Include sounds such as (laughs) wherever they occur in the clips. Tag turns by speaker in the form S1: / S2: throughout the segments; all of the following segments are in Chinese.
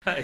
S1: 嗨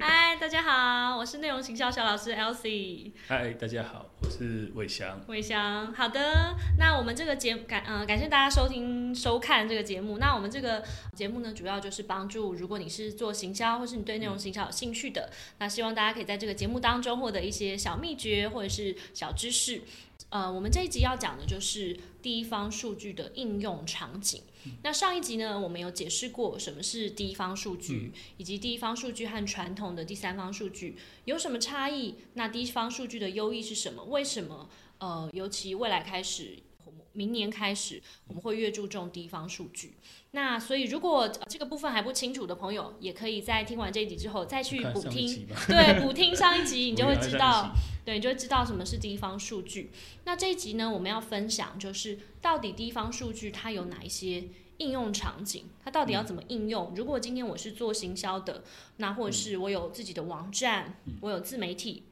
S2: 嗨，大家好，我是内容行销小老师 Elsie
S1: 嗨，大家好，我是伟翔。
S2: 魏翔。好的，那我们这个节感嗯、感谢大家收听收看这个节目。那我们这个节目呢，主要就是帮助如果你是做行销或是你对内容行销有兴趣的，那希望大家可以在这个节目当中获得一些小秘诀或者是小知识。呃，我们这一集要讲的就是第一方数据的应用场景。那上一集呢，我们有解释过什么是第一方数据，以及第一方数据和传统的第三方数据有什么差异？那第一方数据的优异是什么？为什么？呃，尤其未来开始，我们明年开始，我们会越注重第一方数据。那所以，如果呃这个部分还不清楚的朋友，也可以在听完这一集之后再去
S1: 看
S2: 补
S1: 上一
S2: 听，
S1: 期吧，
S2: 对，补听上一集，你就会知道
S1: 我原来上一集。
S2: 对，你就会知道什么是第一方数据。那这一集呢，我们要分享就是到底第一方数据它有哪一些应用场景，它到底要怎么应用？如果今天我是做行销的，那或者是我有自己的网站，
S1: 嗯
S2: 我有自媒体，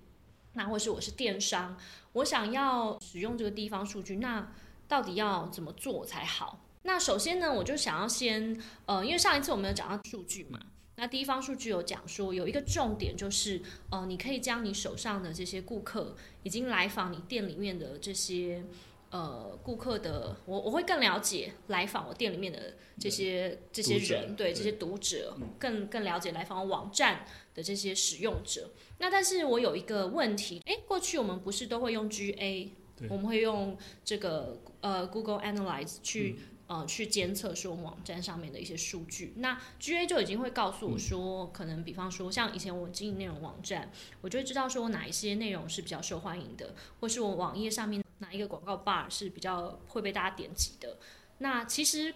S2: 那或是我是电商，我想要使用这个地方数据，那到底要怎么做才好？那首先呢，我就想要先，呃，因为上一次我们有讲到数据嘛，那第一方数据有讲说有一个重点就是，呃，你可以将你手上的这些顾客已经来访你店里面的这些呃顾客的，我我会更了解来访我店里面的这些这些
S1: 读者
S2: 人，对
S1: 对嗯
S2: 这些读者，更更了解来访我网站的这些使用者。那但是我有一个问题，诶，过去我们不是都会用 GA，
S1: 对
S2: 我们会用这个呃 Google Analyze 去、
S1: 嗯
S2: 呃去监测说我们网站上面的一些数据。那 GA 就已经会告诉
S1: 嗯
S2: 我说，可能比方说像以前我经营内容网站，我就会知道说哪一些内容是比较受欢迎的，或是我网页上面哪一个广告 bar 是比较会被大家点击的。那其实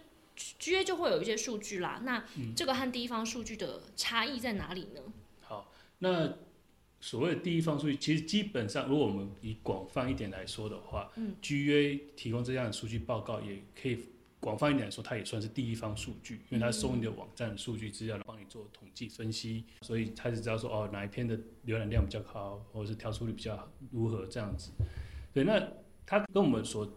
S2: GA 就会有一些数据啦。那
S1: 嗯
S2: 这个和第一方数据的差异在哪里呢？
S1: 好，那所谓的第一方数据，其实基本上，如果我们以广泛一点来说的话，
S2: 嗯
S1: ，GA 提供这样的数据报告，也可以广泛一点来说，它也算是第一方数据，因为它收你的网站的数据资料，帮你做统计分析，所以它就知道说，哦，哪一篇的浏览量比较高，或者是跳出率比较好如何这样子。对，那它跟我们所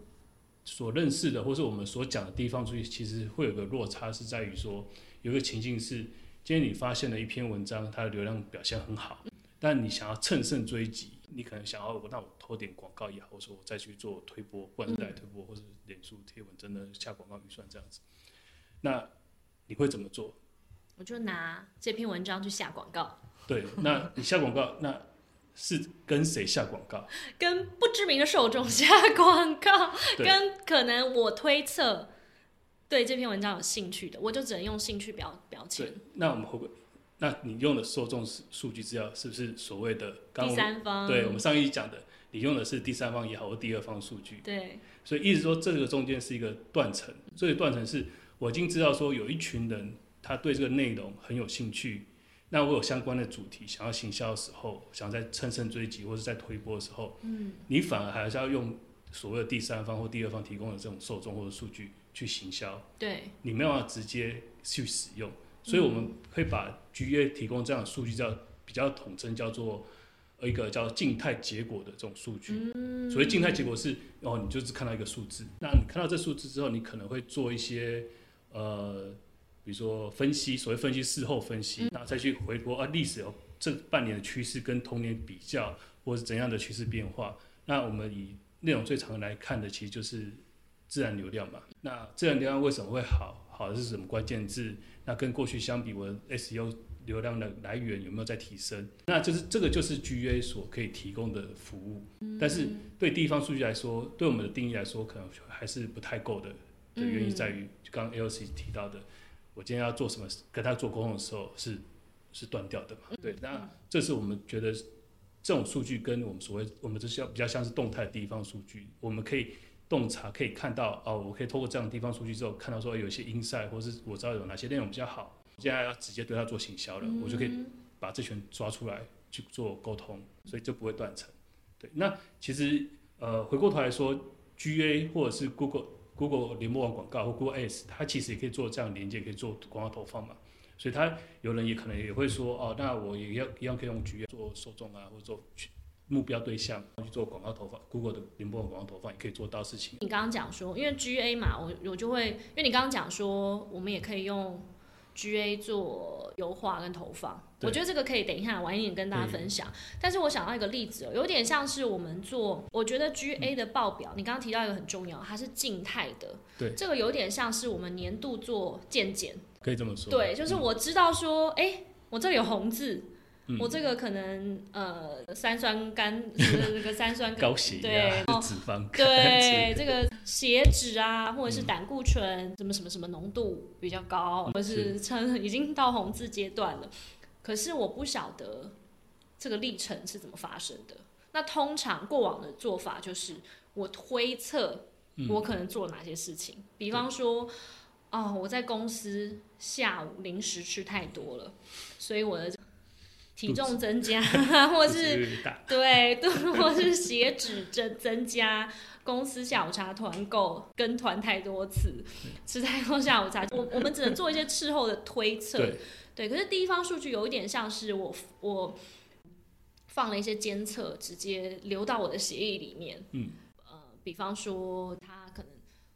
S1: 所认识的，或是我们所讲的地方数据，其实会有个落差，是在于说，有一个情境是，今天你发现了一篇文章，它的流量表现很好，但你想要乘胜追击，你可能想要，那我投点广告也好，或者说我再去做推播，不管是来推播，或是脸书贴文，真的下广告预算这样子，那你会怎么做？
S2: 我就拿这篇文章去下广告，
S1: 对， (laughs) 那你下广告，那是跟谁下广告？
S2: 跟不知名的受众下广告，
S1: (laughs) 对
S2: 跟可能我推测对这篇文章有兴趣的，我就只能用兴趣标标
S1: 对
S2: 签。，
S1: 那我们会不会？那你用的受众数数据资料是不是所谓的？刚刚
S2: 第
S1: 我们
S2: 三方，
S1: 对我们上一集讲的，你用的是第三方也好或第二方数据，
S2: 对
S1: 所以意思说这个中间是一个断层。所以断层是我已经知道说有一群人他对这个内容很有兴趣，那我有相关的主题想要行销的时候，想要在乘胜追击或是在推波的时候，嗯，你反而还是要用所谓的第三方或第二方提供的这种受众或者数据去行销。
S2: 对
S1: 你没有办法直接去使用，所以我们会把 GA 提供这样的数据叫比较统称叫做呃一个叫静态结果的这种数据。所谓静态结果是哦，你就是看到一个数字，那你看到这数字之后，你可能会做一些呃，比如说分析，所谓分析事后分析，然后再去回顾啊历史有这半年的趋势跟同年比较，或是怎样的趋势变化。那我们以内容最常来看的，其实就是自然流量嘛。那自然流量为什么会好？好的是什么关键字？那跟过去相比，我的 SEO 流量的来源有没有在提升？那就是这个就是 GA 所可以提供的服务，但是对地方数据来说，对我们的定义来说，可能还是不太够的。的原因在于，就刚刚 LC 提到的，我今天要做什么，跟他做沟通的时候是是断掉的嘛？对，那这是我们觉得这种数据跟我们所谓我们这是要比较像是动态的地方数据，我们可以洞察可以看到哦，我可以透过这样的地方数据之后，看到说有一些 insight，或是我知道有哪些内容比较好，现在要直接对它做行销了，我就可以把这群抓出来去做沟通，所以就不会断层。对，那其实呃，回过头来说，GA 或者是 Google Google 联盟网广告或 Google Ads，它其实也可以做这样的连接，也可以做广告投放嘛。所以它有人也可能也会说，哦，那我也要一样可以用 GA 做受众啊，或者做去目标对象啊去做广告投放，Google 的联盟网广告投放也可以做到事情。
S2: 你刚刚讲说，因为 GA 嘛，我我就会，因为你刚刚讲说，我们也可以用 GA 做油画跟投放，
S1: 对
S2: 我觉得这个可以等一下晚一点跟大家分享。但是我想到一个例子、哦，有点像是我们做，我觉得
S1: 嗯
S2: GA 的报表，你刚刚提到一个很重要，它是静态的，
S1: 对
S2: 这个有点像是我们年度做健检，
S1: 可以这么说。
S2: 对，就是我知道说，哎、我这里有红字，
S1: 嗯
S2: 我这个可能呃三酸甘，是那个三酸甘
S1: 高血压、
S2: 对
S1: 脂肪 (laughs) 肝，
S2: 对，这个血脂啊，或
S1: 嗯
S2: 者是胆固醇，什么什么什么浓度比较高，或者是称已 (laughs) 经到红字阶段了。可是我不晓得这个历程是怎么发生的。那通常过往的做法就是，我推测
S1: 嗯
S2: 我可能做哪些事情，比方说，哦，我在公司下午零食吃太多了，所以我的体重增加， (laughs) 或
S1: 肚子
S2: 是
S1: 有点大，
S2: 对，对，或是血脂增增加，公司下午茶团购跟团太多次，吃太多下午茶，我我们只能做一些事后的推测。
S1: 对
S2: 对，可是第一方数据有一点像是我我放了一些监测，直接流到我的协议里面。
S1: 嗯，
S2: 呃，比方说他可能，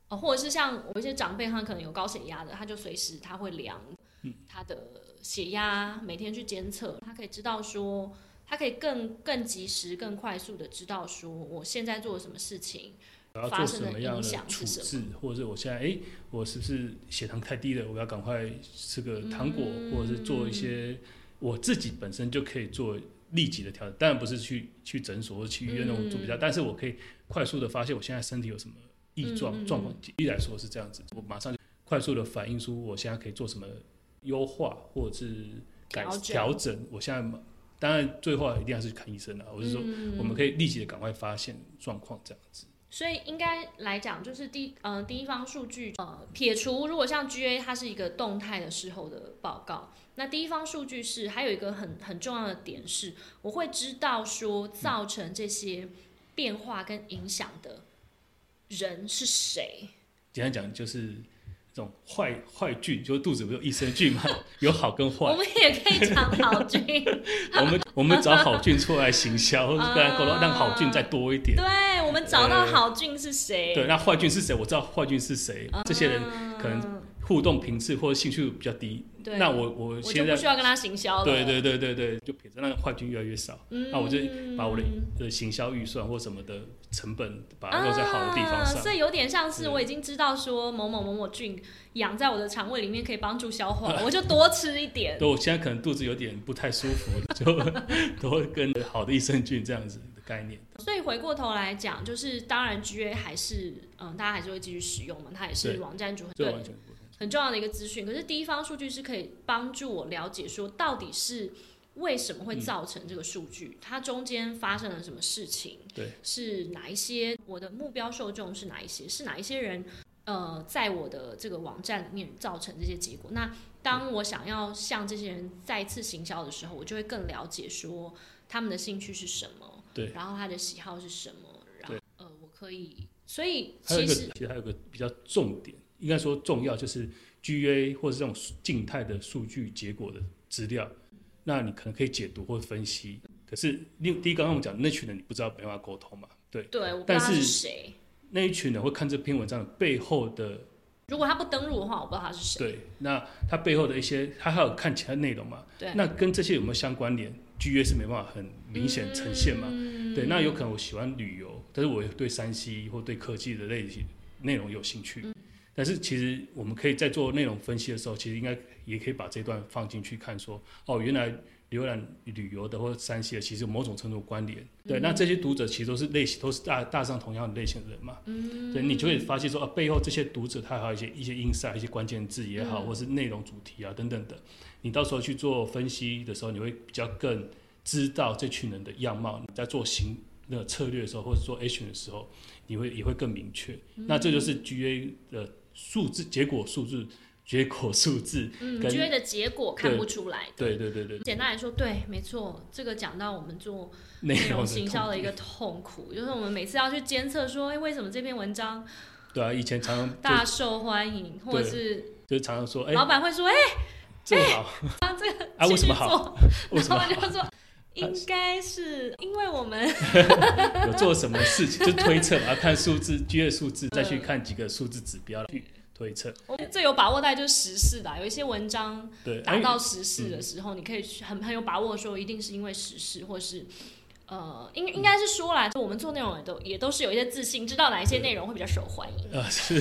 S2: 呃，或者是像我一些长辈，他可能有高血压的，他就随时他会量
S1: 嗯
S2: 他的血压，每天去监测，他可以知道说。他可以更更及时、更快速的知道说我现在做了什么事情，
S1: 我要做
S2: 发生
S1: 什
S2: 的
S1: 么样
S2: 影
S1: 的
S2: 响
S1: 处
S2: 是
S1: 置，或者是我现在哎、诶我是不是血糖太低了？我要赶快吃个糖果，
S2: 嗯
S1: 或者是做一些我自己本身就可以做立即的调整。当然不是去去诊所或去医院那种做
S2: 嗯
S1: 比较，但是我可以快速的发现我现在身体有什么异
S2: 嗯
S1: 状状况。举例来说是这样子，我马上就快速的反映出我现在可以做什么优化，或者是改
S2: 调整
S1: 调整。我现在当然最后一定还是看医生啊了。我是说，
S2: 嗯
S1: 我们可以立即的赶快发现状况这样子。
S2: 所以应该来讲，就是第呃第一方数据呃撇除，如果像 GA 它是一个动态的事后的报告，那第一方数据是还有一个很很重要的点是，我会知道说造成这些变化跟影响的人是谁。
S1: 简单讲就是这种坏坏菌，就是肚子不是有益生
S2: (laughs)
S1: 菌嘛，有好跟
S2: 我
S1: 坏。
S2: 们也可以讲好菌，
S1: 我们我们找好菌出来行销，或者是让
S2: 啊
S1: 让好菌再多一点。
S2: (laughs) 对我们找到好菌是谁，
S1: 呃对，那坏菌是谁？我知道坏菌是谁。这些人
S2: 嗯
S1: 可能互动频次或者兴趣比较低，
S2: 对，
S1: 那我我
S2: 我就
S1: 现
S2: 不
S1: 在
S2: 需要跟他行销了。
S1: 对对对对对，就撇着那个坏菌越来越少，
S2: 嗯，
S1: 那我就把我的的行销预算或什么的成本，把它
S2: 啊，
S1: 落在好的地方上。
S2: 所以有点像是
S1: 对
S2: 我已经知道说某某某某菌养在我的肠胃里面可以帮助消
S1: (laughs)
S2: 化，我就多吃一点。
S1: 对，我现在可能肚子有点不太舒服，就 (laughs) 多跟好的益生菌这样子的概念。
S2: 所以回过头来讲，就是当然 GA 还是嗯，大家还是会继续使用嘛，它也是
S1: 对
S2: 网站主很
S1: 这
S2: 对
S1: 完全不同。
S2: 很重要的一个资讯。可是第一方数据是可以帮助我了解说到底是。为什么
S1: 嗯
S2: 会造成这个数据？它中间发生了什么事情？
S1: 对，
S2: 是哪一些？我的目标受众是哪一些？是哪一些人？呃，在我的这个网站里面造成这些结果。那当我想要向这些人再次行销的时候，我就会更了解说他们的兴趣是什么，
S1: 对
S2: 然后他的喜好是什么，然后
S1: 对
S2: 呃，我可以，所以
S1: 还有
S2: 其
S1: 一个，
S2: 实
S1: 其实还有一个比较重点，应该说重要，就是 GA 或是这种静态的数据结果的资料，那你可能可以解读或分析。可是另第一，刚刚我们讲那群人，你不知道没办法沟通嘛？对，
S2: 对我不知道
S1: 但
S2: 他是
S1: 是
S2: 谁。
S1: 那一群人会看这篇文章的背后的
S2: 如果他不登录的话，我不知道他是谁。
S1: 对，那他背后的一些，他还有看其他内容嘛？
S2: 对
S1: 那跟这些有没有相关联？GA 是没办法很明显呈现嘛？对，那有可能我喜欢旅游，但是我对山西或对科技的类型内容有兴趣。但是其实我们可以在做内容分析的时候，其实应该也可以把这段放进去看说哦，原来浏览旅游的或者山西的，其实有某种程度的关联。对，那这些读者其实都是类型，都是大大致上同样的类型的人嘛。嗯，对，你就会发现说啊，背后这些读者他还有一些一些 insight、一些关键字也好，或是内容主题啊等等的，你到时候去做分析的时候，你会比较更知道这群人的样貌。你在做行那个策略的时候，或者做 action 的时候，你会也会更明确。
S2: 嗯
S1: 那这就是 GA 的数字结果数字结果数字，
S2: 嗯
S1: 跟
S2: ，GA 的结果看
S1: 对
S2: 不出来的。
S1: 对对对对，
S2: 简单来说，对，没错，这个讲到我们做
S1: 内容
S2: 容
S1: 的
S2: 行销
S1: 统
S2: 的一
S1: 计
S2: 个痛
S1: (laughs)
S2: 苦，就是我们每次要去监测说，哎，为什么这篇文章
S1: 对啊，以前常常
S2: 大受欢迎，或者是
S1: 就就常常说，哎、
S2: 老板会说，哎，
S1: 这
S2: (laughs)
S1: 个好，这个啊为什么好？
S2: 好？
S1: (laughs) 为什么
S2: 然后
S1: 好？ (laughs) 啊
S2: 就说，应该是因为我们 (laughs) 嗯
S1: 有做什么事情？就推测嘛，看数字，GA 数字，再去看几个数字指标去推测。
S2: 我们最有把握大概就是时事吧，有一些文章
S1: 对，
S2: 达
S1: 哎，
S2: 到时事的时候，你可以去很很有把握说，一定是因为时事，或是呃，应应该是说啦，就我们做内容也都也都是有一些自信，知道哪一些内容会比较受欢迎，
S1: 呃，是，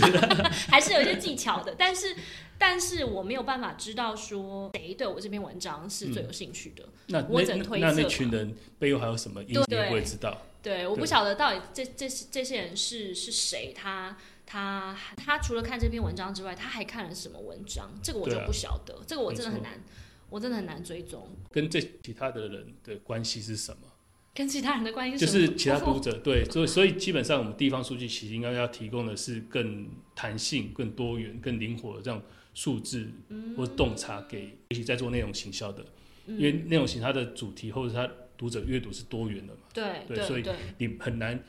S2: 还是有一些技巧的。但是，但是我没有办法知道说谁对我这篇文章是
S1: 嗯
S2: 最有兴趣的。
S1: 那
S2: 我
S1: 那
S2: 只能推
S1: 那
S2: 测
S1: 那
S2: 嘛
S1: 群人背后还有什么因
S2: 对
S1: 素，你也不会知道。
S2: 对，我不
S1: 对
S2: 晓得到底这这些这些人是是谁，他他他除了看这篇文章之外，他还看了什么文章？这个我就
S1: 对啊
S2: 不晓得，这个我真的
S1: 没
S2: 很
S1: 错
S2: 难，我真的很难追踪。
S1: 跟这其他的人的关系是什么？
S2: 跟其他人的关系
S1: 就
S2: 什么
S1: 是其他读者对，所以所以基本上我们地方数据其实应该要提供的是更弹性、更多元、更灵活的这样数字
S2: 嗯
S1: 或洞察给，尤其在做内容行销的，因为内容行销它的主题或者它读者阅读是多元的嘛，
S2: 对
S1: 对
S2: 对
S1: 所以你很难，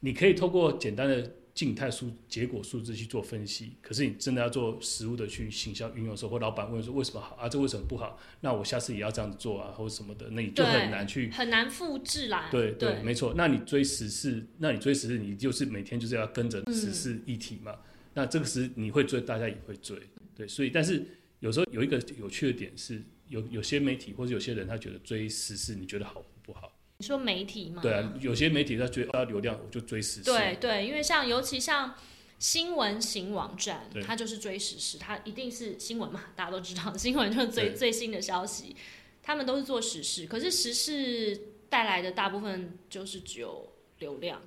S1: 你可以透过简单的静态数结果数字去做分析，可是你真的要做实物的去行销运用的时候，或老板问说为什么好啊，这为什么不好？那我下次也要这样子做啊，或者什么的，那你就
S2: 对
S1: 很难去
S2: 很难复制啦。
S1: 对
S2: 对，
S1: 没错。那你追时事，那你追时事，你就是每天就是要跟着时事议题嘛。那这个时你会追，大家也会追，对。所以，但是有时候有一个有趣的点是，有有些媒体或者有些人他觉得追时事，你觉得好不好？
S2: 你说媒体嘛，
S1: 对啊，有些媒体他觉得要流量，我就追时事。
S2: 嗯对对，因为像尤其像新闻型网站
S1: 对，
S2: 它就是追时事，它一定是新闻嘛，大家都知道，新闻就是最
S1: 对
S2: 最新的消息，他们都是做时事，可是时事带来的大部分就是只有流量，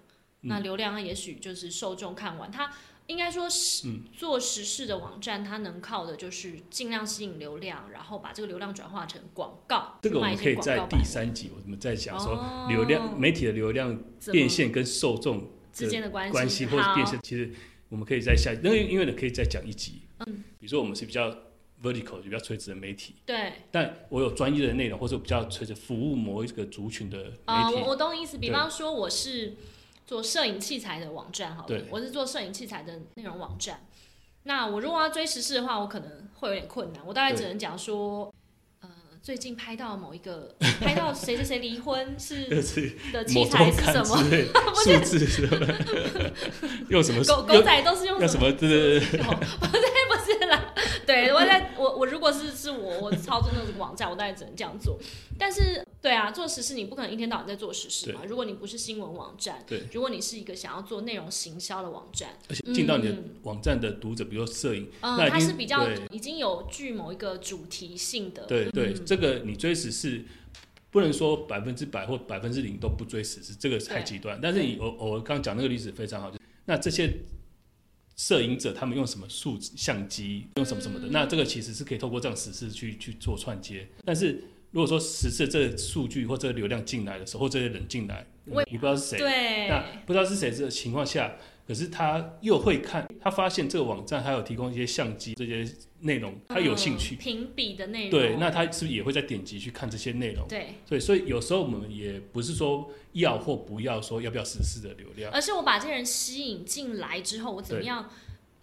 S1: 嗯
S2: 那流量它也许就是受众看完它。应该说是
S1: 嗯
S2: 做时事的网站，它能靠的就是尽量吸引流量，然后把这个流量转化成广告，
S1: 这个
S2: 去
S1: 我
S2: 卖
S1: 们
S2: 一
S1: 可
S2: 些
S1: 以
S2: 广
S1: 在
S2: 告版
S1: 第三集我们再讲说
S2: 哦
S1: 流量、媒体的流量
S2: 怎么
S1: 变现跟受众
S2: 之间的关
S1: 关系或者
S2: 好
S1: 变现，其实我们可以在下，因为因为呢可以再讲一集。嗯，比如说我们是比较 vertical 比较垂直的媒体，
S2: 对
S1: 但我有专业的内容，或者我比较垂直服务某一个族群的
S2: 啊、
S1: 媒体。
S2: 我我懂你意思。比
S1: 对
S2: 方说，我是做摄影器材的网站好了
S1: 对，
S2: 我是做摄影器材的内容网站。那我如果要追时事的话，我可能会有点困难。我大概
S1: 对
S2: 只能讲说，呃，最近拍到某一个拍到谁谁谁离婚
S1: (laughs) 就是是
S2: 的 (laughs) 器
S1: 某周
S2: 材是什
S1: 刊
S2: 么？
S1: 之类数字是什么？用什么 (laughs)
S2: 狗嗯狗
S1: 用
S2: 仔都是用
S1: 用
S2: 什
S1: 什
S2: 么？
S1: 么？对对对，
S2: 哦 (laughs) 不是啦，对我在我我如果是是我我操作那个网站，我当然只能这样做。但是对啊，做实事你不可能一天到晚在做实事嘛。如果你不是新闻网站，
S1: 对，
S2: 如果你是一个想要做内容行销的网站，
S1: 而且进到你的
S2: 嗯
S1: 网站的读者，比如说摄影，
S2: 嗯，
S1: 那已
S2: 它
S1: 经
S2: 是比较
S1: 对
S2: 已经有具某一个主题性的，
S1: 对对，
S2: 嗯
S1: 这个你追时事，不能说百分之百或百分之零都不追时事，这个太
S2: 对
S1: 极端。但是你偶偶尔刚刚讲那个例子非常好，就是那这些摄影者他们用什么数相机，用什么什么的，那这个其实是可以透过这样时事去去做串接。但是如果说时事这个数据或这个流量进来的时候，或这些人进来，你
S2: 为
S1: 你不知道是谁，
S2: 对
S1: 那不知道是谁的情况下，可是他又会看，他发现这个网站还有提供一些相机这些内容，他有兴趣
S2: 嗯，评比的内容，
S1: 对，那他是不是也会在点击去看这些内容？
S2: 对，
S1: 对，所以有时候我们也不是说要或不要，说要不要实施的流量。
S2: 而是我把这人吸引进来之后，我怎么
S1: 对
S2: 样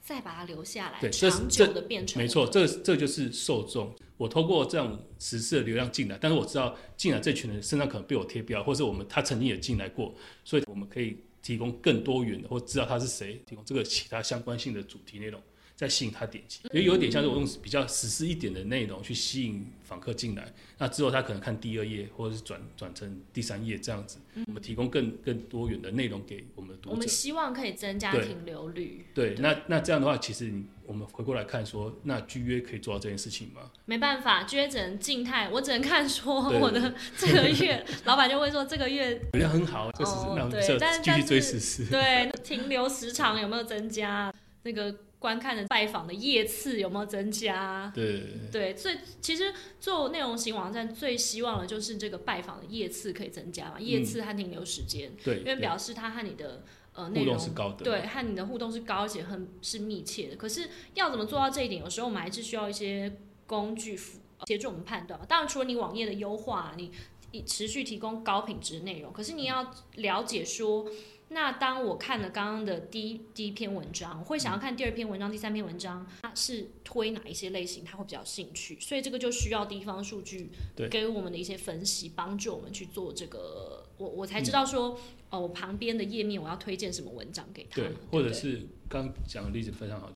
S2: 再把它留下来，
S1: 对这是
S2: 长久的变成
S1: 没错，这这就是受众。我透过这样实施的流量进来，但是我知道进来这群人身上可能被我贴标，或是我们他曾经也进来过，所以我们可以提供更多元的，或知道他是谁，提供这个其他相关性的主题内容，再吸引他点击。也有点像是我用比较实施一点的内容去吸引访客进来，那之后他可能看第二页，或者是转转成第三页这样子，我们提供更更多元的内容给我们的读
S2: 嗯我
S1: 者
S2: 们。希望可以增加
S1: 对
S2: 停留率，
S1: 对，那那这样的话，其实你我们回过来看说，那居约可以做到这件事情吗？
S2: 没办法，居然只能静态，我只能看说
S1: 对 (laughs)
S2: 我的这个月，老板就会说这个月
S1: 流量很好，这是
S2: 哦
S1: 那我们
S2: 对
S1: 就
S2: 但是
S1: 继续追时事。
S2: 对停留时长有没有增加，那个观看的拜访的页次有没有增加？
S1: 对，
S2: 对，最其实做内容型网站最希望的就是这个拜访的页次可以增加嘛，页次和停留时间，
S1: 对，
S2: 因为
S1: 嗯对
S2: 表示它和你的呃内
S1: 互
S2: 容
S1: 动是高的，
S2: 对，和你的互动是高，而且很是密切的。可是要怎么做到这一点？有时候我们还是需要一些工具辅呃协助我们判断嘛。当然，除了你网页的优化，啊你你持续提供高品质的内容，可是你要了解说，那当我看了刚刚的第一第一篇文章，我会想要看第二篇文章、第三篇文章，它是推哪一些类型，他会比较有兴趣。所以这个就需要地方数据
S1: 对
S2: 给我们的一些分析，帮助我们去做这个。我我才知道说，哦，我旁边的页面我要推荐什么文章给他
S1: 嗯对
S2: 嘛，
S1: 或者
S2: 对不对
S1: 是刚讲的例子非常好。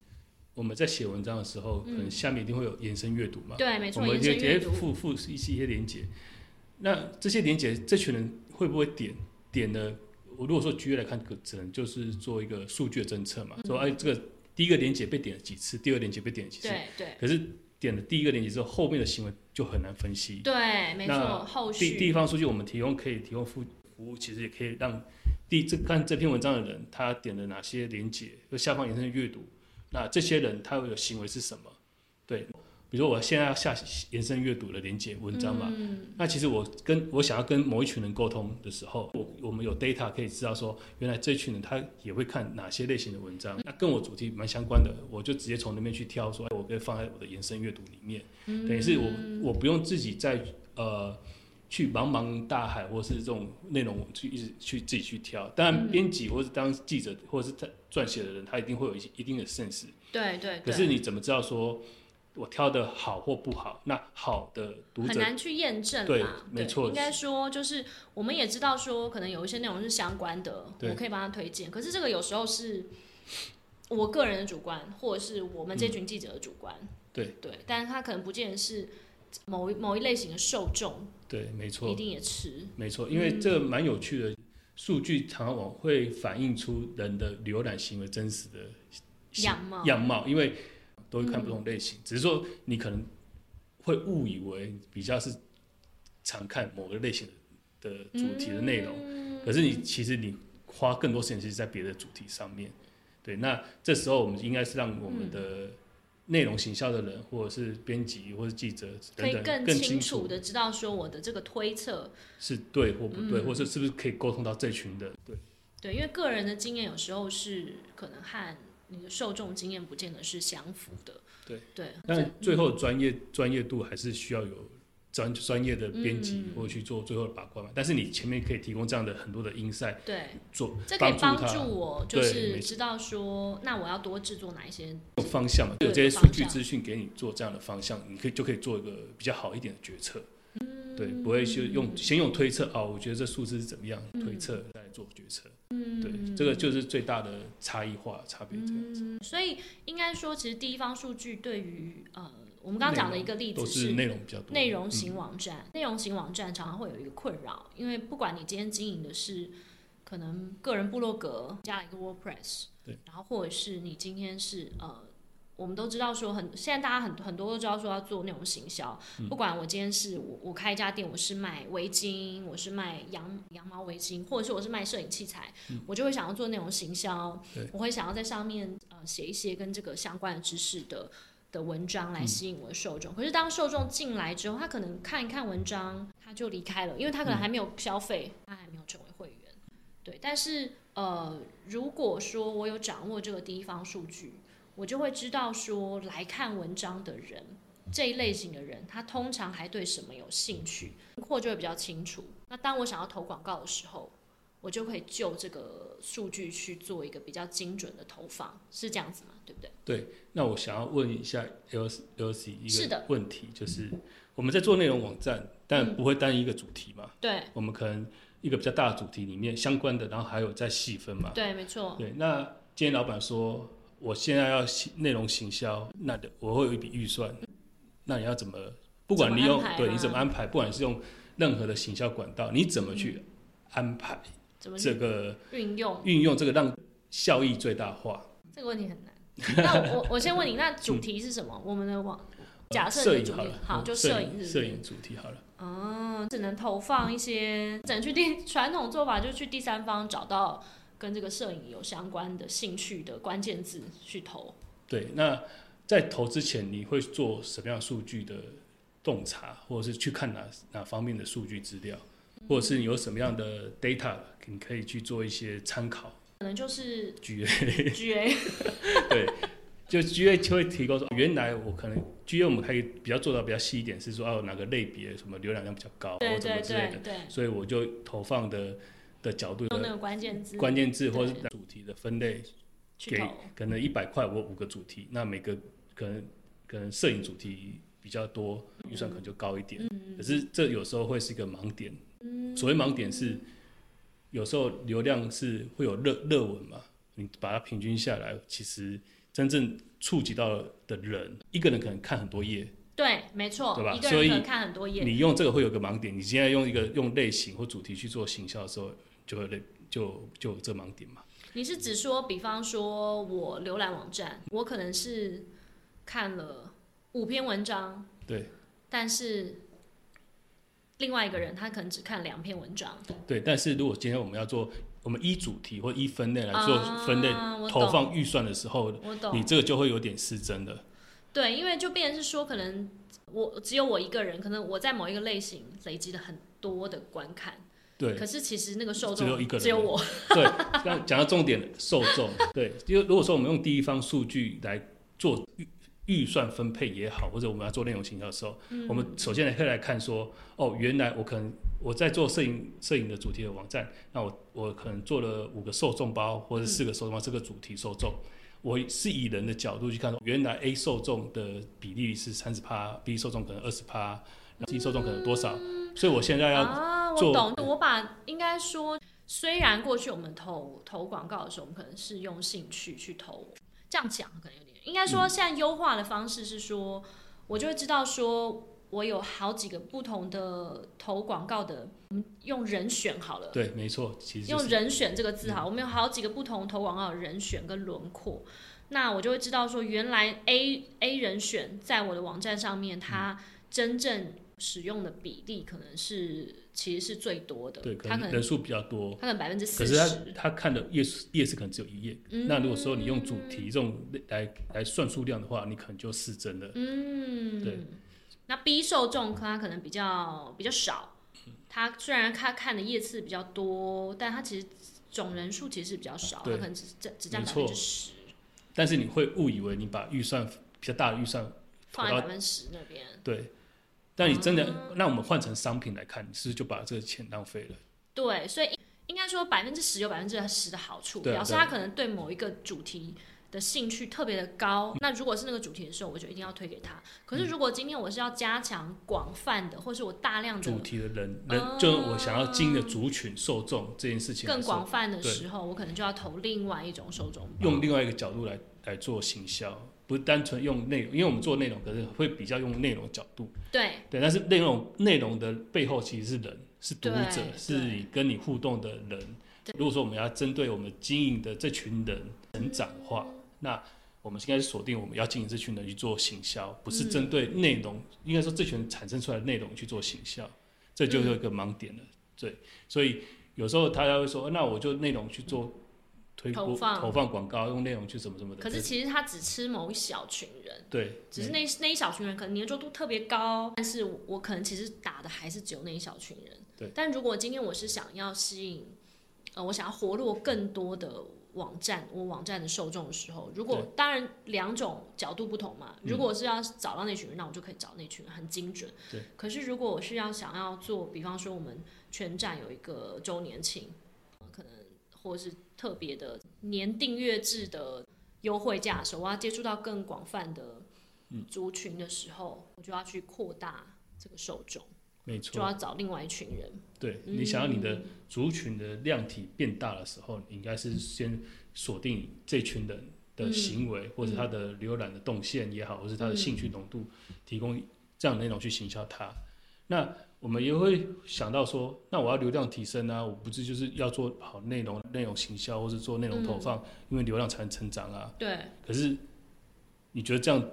S1: 我们在写文章的时候，可能下面一定会有延伸阅读嘛，
S2: 嗯对，没
S1: 我
S2: 错，
S1: 们
S2: 延
S1: 就
S2: 伸
S1: 直
S2: 阅
S1: 接
S2: 读，
S1: 附附一些连接。那这些连接，这群人会不会点点呢？我如果说举例来看，可只能就是做一个数据的侦测嘛，说哎，这个第一个连接被点了几次，第二个连接被点了几次，
S2: 嗯对对
S1: 可是点了第一个连接之后，后面的行为就很难分析。
S2: 对，没错，
S1: 那
S2: 后
S1: 地地
S2: 续
S1: 方数据我们提供可以提供服服务，其实也可以让第这看这篇文章的人他点了哪些连接，就下方延伸阅读，那这些人他的行为是什么？对，比如说我现在要下延伸阅读的连接文章嘛，
S2: 嗯，
S1: 那其实我跟我想要跟某一群人沟通的时候，我我们有 data 可以知道说，原来这群人他也会看哪些类型的文章，那跟我主题蛮相关的，我就直接从那边去挑说，哎我可以放在我的延伸阅读里面，
S2: 嗯
S1: 等于是我我不用自己再呃去茫茫大海或是这种内容我去一直去自己去挑。当
S2: 嗯
S1: 然，编辑或是当记者或是他撰写的人，他一定会有一些一定的 sense，
S2: 对对
S1: 可是
S2: 对，
S1: 你怎么知道说我挑的好或不好？那好的读
S2: 很
S1: 者
S2: 难去验证
S1: 对
S2: 啦，
S1: 没错
S2: 应该说就是我们也知道说，可能有一些内容是相关的，
S1: 对
S2: 我可以帮他推荐，可是这个有时候是。我个人的主观，或者是我们这群记者的主观，
S1: 嗯对
S2: 对，但是他可能不见得是某一某一类型的受众，
S1: 对，没错，
S2: 一定也吃，
S1: 没错，因
S2: 嗯
S1: 为这个蛮有趣的，数据常往往会反映出人的浏览行为真实的行
S2: 样貌
S1: 样貌，因为都会看不同类型，只是说你可能会误以为比较是常看某个类型的主题的内容，
S2: 嗯
S1: 可是你其实你花更多时间是在别的主题上面。对，那这时候我们应该是让我们
S2: 嗯
S1: 的内容行销的人，或者是编辑，或者是记者
S2: 可
S1: 等
S2: 以
S1: 等
S2: 清
S1: 清
S2: 楚的知道说我的这个推测，
S1: 是对或不
S2: 嗯
S1: 对，或者是不是可以沟通到这群人。对，
S2: 对，因为个人的经验有时候是可能和你的受众经验不见得是相符的。
S1: 对
S2: 对，
S1: 但最后专业专业度还是需要有专专业的编辑或去做最后的把关嘛。但是你前面可以提供这样的很多的 insight
S2: 对，
S1: 做
S2: 这可以
S1: 帮
S2: 帮
S1: 助
S2: 助
S1: 他
S2: 我，就
S1: 对
S2: 是
S1: 没
S2: 知道说，那我要多制作哪一些。
S1: 有方向嘛，
S2: 对
S1: 有这些数据资讯给你做这样的方向，你可以就可以做一个比较好一点的决策。对，不会去用先用推测哦，我觉得这数字是怎么样，推测再做决策。嗯，对，这个就是最大的差异化差别，这样子、
S2: 嗯所以应该说，其实地方数据对于呃，我们刚刚讲的一个例
S1: 都
S2: 子
S1: 是内容比较多，
S2: 内容型网站，内容型网站常常会有一个困扰，因为不管你今天经营的是可能个人部落格加一个 WordPress，
S1: 对，
S2: 然后或者是你今天是呃，我们都知道说很现在大家很很多都知道说要做内容行销，
S1: 嗯
S2: 不管我今天是我我开一家店，我是卖围巾，我是卖羊羊毛围巾，或者是我是卖摄影器材，我就会想要做内容行销
S1: 嗯对，
S2: 我会想要在上面呃写一些跟这个相关的知识的的文章来吸引我的受众。可是当受众进来之后，他可能看一看文章，他就离开了，因为他可能还没有消费，他还没有成为会员。对，但是呃，如果说我有掌握这个第一方数据，我就会知道说来看文章的人。这一类型的人，他通常还对什么有兴趣，或就会比较清楚。那当我想要投广告的时候，我就可以就这个数据去做一个比较精准的投放，是这样子吗？对不对？
S1: 那我想要问一下 L L C 一
S2: 是
S1: 个
S2: 的
S1: 问题，就是我们在做内容网站，但不会单一一个主题嘛？
S2: 对
S1: 我们可能一个比较大的主题里面相关的，然后还有再细分嘛？
S2: 对，没错。
S1: 对。那今天老板说，我现在要行内容行销，那的我会有一笔预算，那你要怎么？不管你
S2: 怎么
S1: 用
S2: 安排啊
S1: 对
S2: 吗
S1: 你怎么安排，不管是用任何的行销管道，你怎么去安排
S2: 怎么去
S1: 这嗯个
S2: 运用
S1: 运用这个让效益最大化？
S2: 这个问题很难。那我我先问你，那主题是什么？我们的网假
S1: 嗯
S2: 设
S1: 啊摄
S2: 你的
S1: 影
S2: 主
S1: 好
S2: 题
S1: 了，
S2: 好，
S1: 嗯
S2: 就摄
S1: 摄
S2: 影是不
S1: 摄
S2: 是？
S1: 影主题好了。
S2: 嗯，只能投放一些，只能去第传统做法，就是去第三方找到跟这个摄影有相关的兴趣的关键字去投。
S1: 对，那在投之前，你会做什么样数据的洞察，或者是去看哪哪方面的数据资料，或者是你有什么样的 data，你可以去做一些参考。
S2: 可能就是
S1: 举 (laughs) 哦
S2: GA，
S1: 就 GA 就会提供说，原来我可能 GA 我们可以比较做到比较细一点，是说哦、哪个类别什么浏览量比较高，
S2: 对
S1: 或怎么
S2: 对
S1: 之类
S2: 对
S1: 的，
S2: 对，
S1: 所以我就投放的的角度
S2: 用
S1: 的
S2: 那个关键字
S1: 关键字或是
S2: 对
S1: 主题的分类
S2: 去
S1: 给
S2: 投。
S1: 可能一百块，我有五个主题，那每个可能可能摄影主题比较多，预算可能就高一点。
S2: 嗯
S1: 可是这有时候会是一个盲点。所谓盲点是，有时候流量是会有热热文嘛，你把它平均下来，其实真正触及到的人，一个人可能看很多页，
S2: 对，没错，
S1: 对吧
S2: 一个
S1: 所
S2: 人
S1: 以
S2: 可能看很多页，
S1: 你用这个会有个盲点。你现在用一个用类型或主题去做行销的时候，就会类就就有这盲点嘛。
S2: 你是只说，比方说我浏览网站，我可能是看了五篇文章，
S1: 对
S2: 但是另外一个人他可能只看两篇文章，
S1: 对，但是如果今天我们要做，我们依主题或依分类来做
S2: 啊
S1: 分类、
S2: 我
S1: 投
S2: 懂
S1: 放预算的时候，
S2: 我
S1: 你
S2: 懂。
S1: 这个就会有点失真的。
S2: 对，因为就变成是说，可能我只有我一个人，可能我在某一个类型累积了很多的观看，
S1: 对，
S2: 可是其实那个受众
S1: 只有一个人
S2: 只有我，
S1: (laughs) 对，刚讲到重点了，受众。对，因为如果说我们用第一方数据来做预预算分配也好，或者我们要做内容行销的时候，
S2: 嗯
S1: 我们首先来会来看说，哦，原来我可能我在做摄影摄影的主题的网站，那我我可能做了五个受众包或者四个受众包，这个主题受众。我是以人的角度去看，原来 A 受众的比例是三十趴，B 受众可能二十趴，C 受众可能多少，所以我现在要
S2: 啊，我
S1: 做
S2: 懂。我把应该说，虽然过去我们投投广告的时候，我们可能是用兴趣去投，这样讲可能有点，应该说现在优化的方式是说，我就会知道说我有好几个不同的投广告的，我们用人选好了。
S1: 对，没错，其实、就
S2: 用
S1: 是、嗯
S2: 人选这个字哈，我们有好几个不同投广告的人选跟轮廓，那我就会知道说，原来 A A 人选在我的网站上面，它
S1: 嗯
S2: 真正使用的比例可能是其实是最多的，
S1: 对，可
S2: 它可
S1: 能
S2: 能
S1: 人数比较多，
S2: 它可能百分之
S1: 可
S2: 四
S1: 是他
S2: 十，
S1: 他看的页数页是可能只有一页，
S2: 嗯
S1: 那如果说你用主题这种来来算数量的话，你可能就失真了。
S2: 嗯，
S1: 对
S2: 那 B 受众它可能比较比较少，它虽然它看的页次比较多，但它其实总人数其实是比较少，它
S1: 对
S2: 可能只占只占
S1: 没
S2: 百
S1: 错
S2: 分之十，
S1: 但是你会误以为你把预算比较大的预算
S2: 放在
S1: 投
S2: 百
S1: 到
S2: 分之十那边。
S1: 对，但你真的、那我们换成商品来看，你是不是就把这个钱浪费了？
S2: 对，所以应应该说百分之十有百分之十的好处，
S1: 对啊
S2: 表示
S1: 对啊
S2: 他可能对某一个主题的兴趣特别的高。那如果是那个主题的时候，我就一定要推给他。可
S1: 嗯
S2: 是如果今天我是要加强广泛的，或是我大量的
S1: 主题的人人、就是我想要经营的族群受众这件事情，
S2: 哦更
S1: 还是
S2: 广泛的
S1: 对
S2: 时候，我可能就要投另外一种受众。
S1: 用另外一个角度来来做行销，不单纯用内容，因为我们做内容可是会比较用内容角度。
S2: 对，
S1: 对，但是内容内容的背后其实是人，是读者
S2: 对，
S1: 是你跟你互动的人
S2: 对。
S1: 如果说我们要针对我们经营的这群人成长的话，那我们应该是锁定我们要经营这群人去做行销，不是
S2: 嗯
S1: 针对内容，应该说这群人产生出来的内容去做行销，这
S2: 嗯
S1: 就是一个盲点了。对，所以有时候大家会说，那我就内容去做推
S2: 投
S1: 播
S2: 放
S1: 投放广告，用内容去什么什么的。
S2: 可是其实他只吃某一小群人。
S1: 对，
S2: 只是那那一小群人可能粘着度特别高，但是我我可能其实打的还是只有那一小群人。
S1: 对
S2: 但如果今天我是想要吸引，呃，我想要活络更多的网站，我网站的受众的时候，如果
S1: 对嗯
S2: 当然两种角度不同嘛，如果我是要找到那群人，那我就可以找那群人，很精准。
S1: 对。
S2: 可是如果我是要想要做，比方说我们全站有一个周年庆，呃可能或是特别的年订阅制的优惠价的时候，我要接触到更广泛的族群的时候，我就要去扩大这个受众，
S1: 没
S2: 就
S1: 错，
S2: 要找另外一群人。
S1: 对你想要你的族群的量体变大的时候，你应该是先锁定这群人的行为，或者他的浏览的动线也好，或是他的兴趣浓度，提供这样的内容去行销他。那我们也会想到说，那我要流量提升啊，我不是就是要做好内容、内容行销，或是做内容投放，因为流量才能成长啊。
S2: 对，
S1: 可是你觉得这样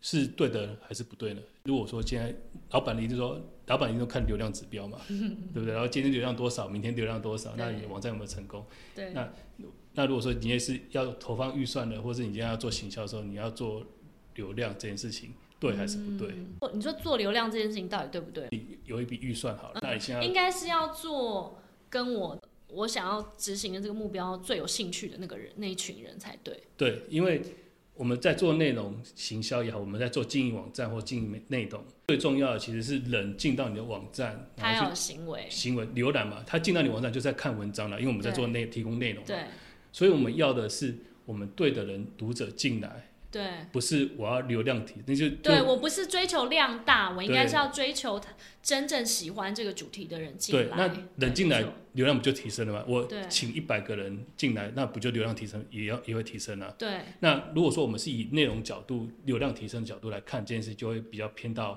S1: 是对的还是不对呢？如果说现在老板一直说，老板一定都看流量指
S2: (laughs)
S1: 标嘛，对不对？然后今天流量多少，明天流量多少，那
S2: 对
S1: 你网站有没有成功？
S2: 对，
S1: 那如果说你也是要投放预算的，或者你今天要做行销的时候，你要做流量这件事情，对还是不对？
S2: 嗯你说做流量这件事情到底对不对？
S1: 你有一笔预算好了，那你现在
S2: 应该是要做跟我我想要执行的这个目标最有兴趣的那个人那一群人才对。
S1: 对，因为我们在做内容行销也好，我们在做经营网站或经营内容，最重要的其实是人进到你的网站，嗯然后
S2: 他
S1: 去
S2: 要有行为，
S1: 行为浏览嘛，他进到你网站就是在看文章了，因为我们在做内提供内容嘛，
S2: 对，
S1: 所以我们要的是我们对的人读者进来，
S2: 对
S1: 不是我要流量提，那就
S2: 对，
S1: 就
S2: 我不是追求量大，我应该
S1: 对
S2: 是要追求他真正喜欢这个主题的人进
S1: 对
S2: 来。，
S1: 那人进来
S2: 没错
S1: 流量不就提升了吗？我
S2: 对
S1: 请一百个人进来，那不就流量提升也要也会提升啊？
S2: 对，
S1: 那如果说我们是以内容角度、流量提升角度来看这件事，就会比较偏到，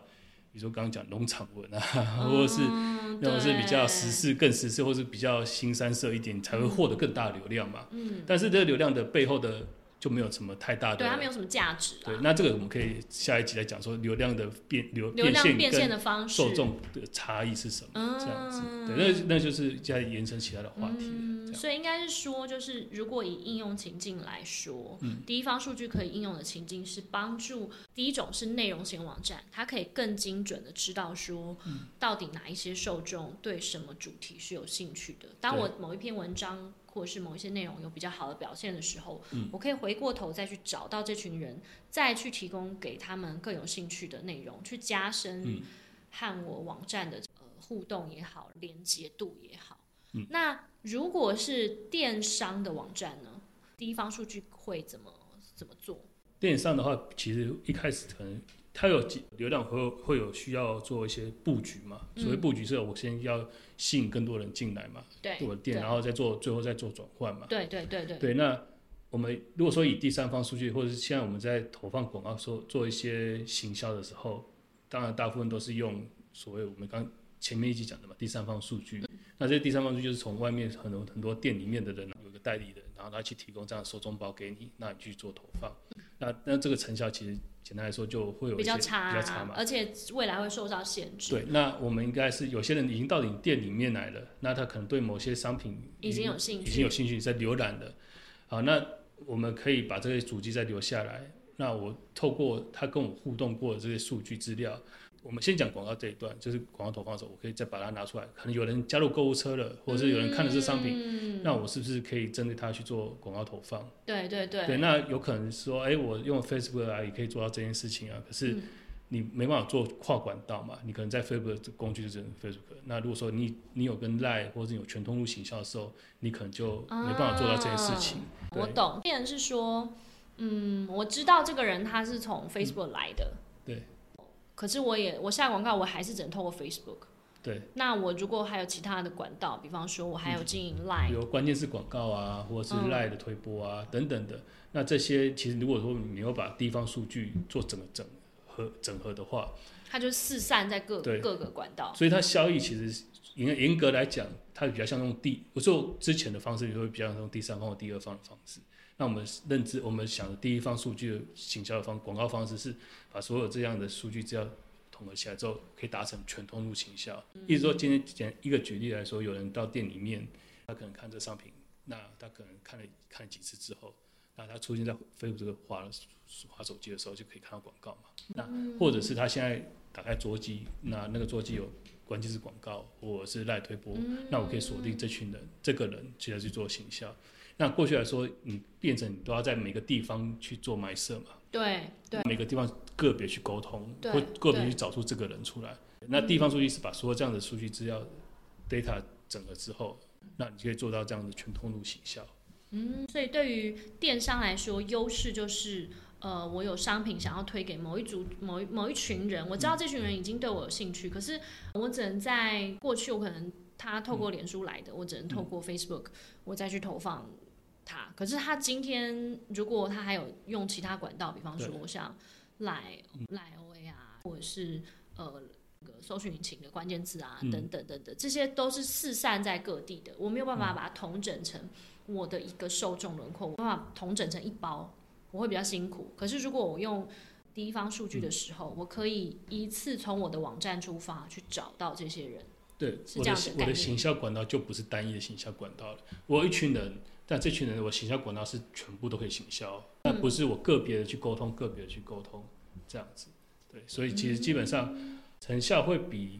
S1: 比如说刚刚讲农场文啊， (laughs) 或者是
S2: 嗯
S1: 那种是比较时
S2: 对
S1: 事、更时事，或是比较新三色一点，才会获得更大的流量嘛。
S2: 嗯，
S1: 但是这个流量的背后的就没有什么太大
S2: 对，它没
S1: 的。
S2: 有什么价值
S1: 对
S2: 啦。，
S1: 那这个我们可以下一集来讲说流量的变流
S2: 流量变现
S1: 跟
S2: 的方式，
S1: 受众的差异是什么，
S2: 嗯
S1: 这样子。对，那那就是再延伸其他的话题了。这
S2: 嗯，
S1: 样
S2: 所以应该是说，就是如果以应用情境来说，
S1: 嗯
S2: 第一方数据可以应用的情境是帮助第一种是内容型网站，它可以更精准的知道说，
S1: 嗯
S2: 到底哪一些受众对什么主题是有兴趣的。当我某一篇文章或者是某一些内容有比较好的表现的时候，
S1: 嗯
S2: 我可以回过头再去找到这群人，再去提供给他们更有兴趣的内容，去加深
S1: 嗯
S2: 和我网站的呃互动也好，连接度也好。
S1: 嗯
S2: 那如果是电商的网站呢？第一方数据会怎么怎么做？
S1: 电商的话，其实一开始可能它有几流量会有会有需要做一些布局嘛。
S2: 嗯
S1: 所谓布局是我先要吸引更多人进来嘛，
S2: 对
S1: 我的店，然后再做最后再做转换嘛。
S2: 对对对对
S1: 对，那我们如果说以第三方数据，或者是现在我们在投放广告说做一些行销的时候，当然大部分都是用所谓我们刚前面一集讲的嘛，第三方数据。
S2: 嗯
S1: 那这些第三方数据就是从外面很多很多店里面的人有一个代理人，然后他去提供这样的收中包给你，那你去做投放。那那这个成效其实简单来说就会有一
S2: 嗯比
S1: 些
S2: 较差啊，
S1: 比较差嘛。
S2: 而且未来会受到限制。
S1: 对，那我们应该是有些人已经到你店里面来了，那他可能对某些商品
S2: 已经有兴
S1: 已经
S2: 趣
S1: 有，兴趣在浏览了。好，那我们可以把这些主机再留下来。那我透过他跟我互动过的这些数据资料，我们先讲广告这一段，就是广告投放的时候，我可以再把它拿出来。可能有人加入购物车了，或者是有人看了这商品，
S2: 品
S1: 那我是不是可以针对他去做广告投放？
S2: 对对对
S1: 对，那有可能说，哎、我用 Facebook 啊也可以做到这件事情啊，可是
S2: 嗯
S1: 你没办法做跨管道嘛，你可能在 Facebook 这工具就只能 Facebook。那如果说你你有跟 Line 或者你有全通路行销的时候，你可能就
S2: 啊
S1: 没办法做到这件事情。对
S2: 我懂。变成是说，嗯，我知道这个人他是从 Facebook 来的，
S1: 对。
S2: 可是我也我下广告，我还是只能透过 Facebook。
S1: 对，嗯
S2: 那我如果还有其他的管道，比方说我还有经营 Line，
S1: 比如关键是广告啊，或者是
S2: 嗯
S1: Line 的推播啊、等等的。那这些其实如果说你没有把地方数据做整个整合整合的话，
S2: 它就四散在各
S1: 对
S2: 各个管道。
S1: 所以它效益其实严严格来讲，它比较像用第，我说之前的方式就会比较像用第三方或第二方的方式。那我们认知，我们想的第一方数据的行销的方广告方式是把所有这样的数据资料统合起来之后，可以达成全通路行销。意思说，今天简一个举例来说，有人到店里面，他可能看这商品，那他可能看了看了几次之后，那他出现在 Facebook 滑滑手机的时候，就可以看到广告嘛。那或者是他现在打开桌机，那那个桌机有关键字广告或者是赖推播，
S2: 嗯
S1: 那我可以锁定这群人、这个人，直接去做行销。那过去来说，你变成你都要在每个地方去做埋设嘛，
S2: 对对
S1: 每个地方个别去沟通，
S2: 对
S1: 或个别
S2: 对
S1: 去找出这个人出来。那地方数据是把所有这样的数据资料 data 整合之后，那你就可以做到这样的全通路行销。
S2: 嗯，所以对于电商来说，优势就是呃，我有商品想要推给某一组、某一某一群人，我知道这群人已经对我有兴趣，可是我只能在过去，我可能他透过脸书来的，我只能透过 Facebook，我再去投放他。可是他今天如果他还有用其他管道，比方说像来来 OA 啊，或者是呃。那个搜寻引擎的关键字啊，
S1: 嗯
S2: 等等等等，这些都是四散在各地的，我没有办法把它统整成我的一个受众轮廓，我没办法统整成一包，我会比较辛苦。可是如果我用第一方数据的时候，我可以一次从我的网站出发去找到这些人。
S1: 对，
S2: 是
S1: 我
S2: 这
S1: 的
S2: 样的
S1: 行我
S2: 概
S1: 的
S2: 念
S1: 行销管道就不是单一的行销管道了。我有一群人，但这群人我行销管道是全部都可以行销，那不是我个别的去沟通，个别的去沟通这样子。对，所以其实基本上
S2: 嗯
S1: 成效会比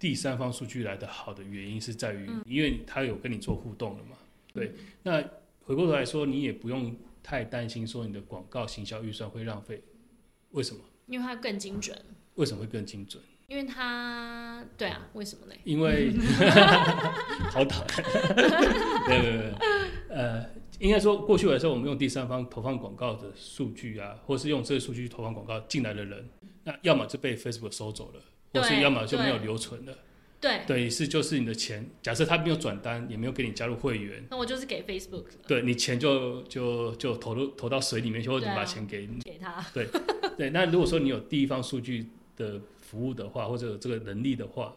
S1: 第三方数据来的好的原因是在于，
S2: 嗯
S1: 因为他有跟你做互动了嘛。对，那回过头来说，你也不用太担心说你的广告行销预算会浪费，为什么？
S2: 因为它更精准，
S1: 为什么会更精准？
S2: 因为它对啊，为什么嘞？
S1: (laughs) 因为好讨厌，对对对，呃，应该说过去来说，我们用第三方投放广告的数据啊，或是用这个数据去投放广告进来的人，那要么就被 Facebook 收走了，或是
S2: 对
S1: 要么就没有
S2: 对
S1: 留存了。
S2: 对，
S1: 等于是就是你的钱，假设他没有转单，也没有给你加入会员，
S2: 那我就是给 Facebook 了
S1: 对你钱就就就投入投到水里面去，或者你
S2: 对啊
S1: 把钱给你。
S2: 给他，
S1: 对，那如果说你有地方数据的服务的话，或者有这个能力的话，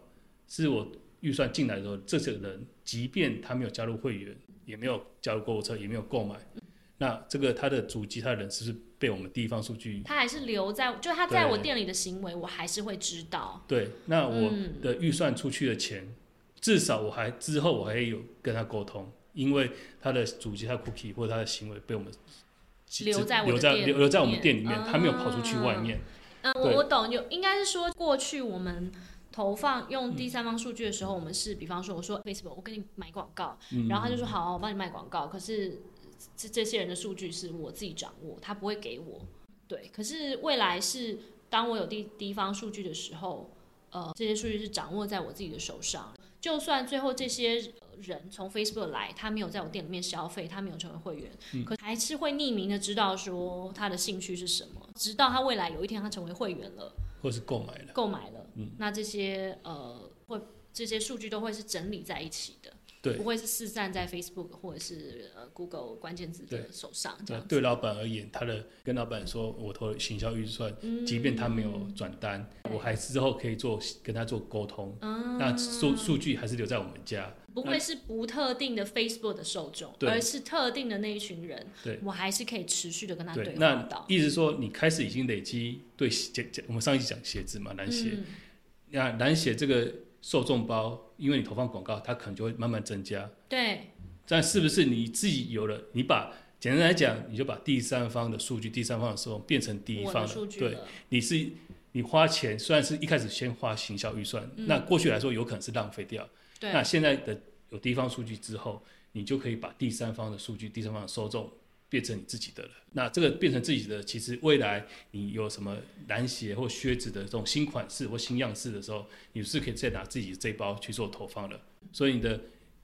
S1: 是我预算进来的时候，这些人即便他没有加入会员，也没有加入购物车，也没有购买，那这个他的主机他的人是不是被我们地方数据？
S2: 他还是留在，就他在我
S1: 对
S2: 店里的行为，我还是会知道。
S1: 对，那我
S2: 嗯
S1: 的预算出去的钱，至少我还之后我还有跟他沟通，因为他的主机、他的 cookie 或者他的行为被我们
S2: 留在我的
S1: 留在
S2: 店
S1: 留留在我们
S2: 里
S1: 店里
S2: 面
S1: 面，他没有跑出去外面。
S2: 嗯，我
S1: 对
S2: 我懂，有应该是说过去我们投放用第三方数据的时候，我们是比方说我说 Facebook 我跟你买广告，然后他就说好，我帮你卖广告，可是这这些人的数据是我自己掌握，他不会给我。对，可是未来是当我有地地方数据的时候，呃，这些数据是掌握在我自己的手上。就算最后这些呃人从 Facebook 来，他没有在我店里面消费，他没有成为会员，可还是会匿名的知道说他的兴趣是什么，直到他未来有一天他成为会员了，
S1: 或是购买了，
S2: 购买了，
S1: 嗯
S2: 那这些呃会这些数据都会是整理在一起的，
S1: 对
S2: 不会是四散在 Facebook 或者是呃 Google 关键字的手上这
S1: 那
S2: 样子。
S1: 对老板而言，他的跟老板说，我投行销预算，
S2: 嗯
S1: 即便他没有转单，我还之后可以做跟他做沟通，
S2: 嗯，
S1: 那数数据还是留在我们家。
S2: 不会是不特定的 Facebook 的受众，
S1: 对
S2: 而是特定的那一群人，
S1: 对
S2: 我还是可以持续的跟他
S1: 对，
S2: 话
S1: 那
S2: 到。
S1: 意思说你开始已经累积对鞋，我们上一集讲鞋子嘛，篮鞋，
S2: 嗯，
S1: 那蓝鞋这个受众包，因为你投放广告，它可能就会慢慢增加。
S2: 对，
S1: 但是不是你自己有了，你把简单来讲，你就把第三方的数据、第三方的受众变成第一
S2: 我
S1: 方了
S2: 的数据
S1: 对，
S2: 了，
S1: 你是你花钱，虽然是一开始先花行销预算，
S2: 嗯
S1: 那过去来说有可能是浪费掉。
S2: 对，
S1: 那现在的有地方数据之后，你就可以把第三方的数据、第三方的受众变成你自己的了。那这个变成自己的，其实未来你有什么篮鞋或靴子的这种新款式或新样式的时候，你是可以再拿自己这一包去做投放的。所以你的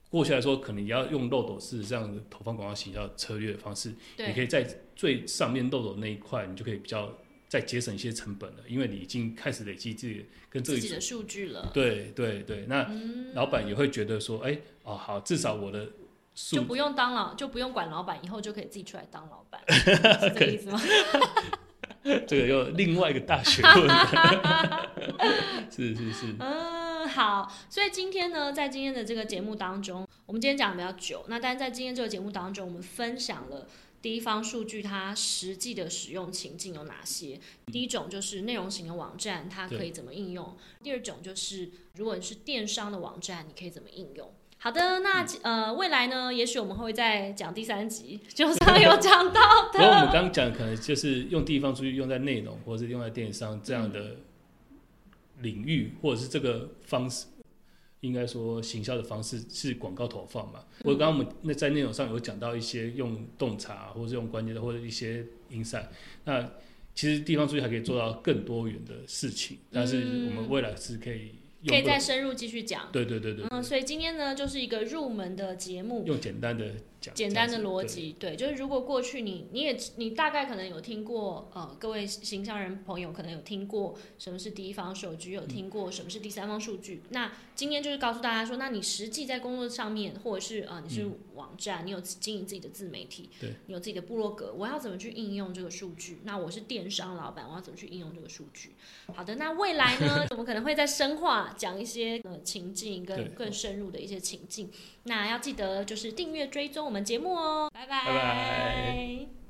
S1: 过去来说，可能也要用漏斗式这样的投放广告行销策略的方式，你可
S2: 对，
S1: 以在最上面漏斗那一块，你就可以比较再节省一些成本了，因为你已经开始累积自己跟这
S2: 自
S1: 里
S2: 己的嗯数据了，
S1: 对对对，那老板也会觉得说，哎、哦好，至少我的
S2: 就
S1: 数
S2: 不用当老，就不用管老板，以后就可以自己出来当老板，是这个意思吗？
S1: 这个又另外一个大学问了， (laughs) 是是是，
S2: 嗯，好，所以今天呢，在今天的这个节目当中，我们今天讲的比较久，那但是在今天这个节目当中，我们分享了第一方数据它实际的使用情境有哪些。第一种就是内容型的网站，它可以怎么应用；第二种就是如果你是电商的网站，你可以怎么应用。好的，那呃，未来呢，也许我们会再讲第三集，就上有讲到
S1: 不过我们
S2: 的，
S1: 刚刚讲可能就是用地方数据用在内容或者是用在电商这样的领域，或者是这个方式，应该说行销的方式是广告投放嘛。我刚刚我们那在内容上有讲到一些用洞察啊或者用关键的或者一些 insight，那其实地方数据还可以做到更多元的事情，但是我们未来是可以
S2: 嗯可以
S1: 用
S2: 再深入继续讲。
S1: 对对对对，
S2: 嗯，所以今天呢，就是一个入门的节目。
S1: 用简单的讲
S2: 简单的
S1: 这样子
S2: 逻辑，对，就是如果过去你你也你大概可能有听过，呃，各位形象人朋友可能有听过什么是第一方数据，
S1: 嗯
S2: 有听过什么是第三方数据。那今天就是告诉大家说，那你实际在工作上面，或者是呃你是网站，你有经营自己的自媒体，
S1: 嗯对，
S2: 你有自己的部落格，我要怎么去应用这个数据？那我是电商老板，我要怎么去应用这个数据？好的，那未来
S1: (laughs)
S2: 呢，我们可能会再深化讲一些呃情境
S1: 对
S2: 跟更深入的一些哦情境。那要记得就是订阅追踪我们节目哦，拜拜
S1: 拜拜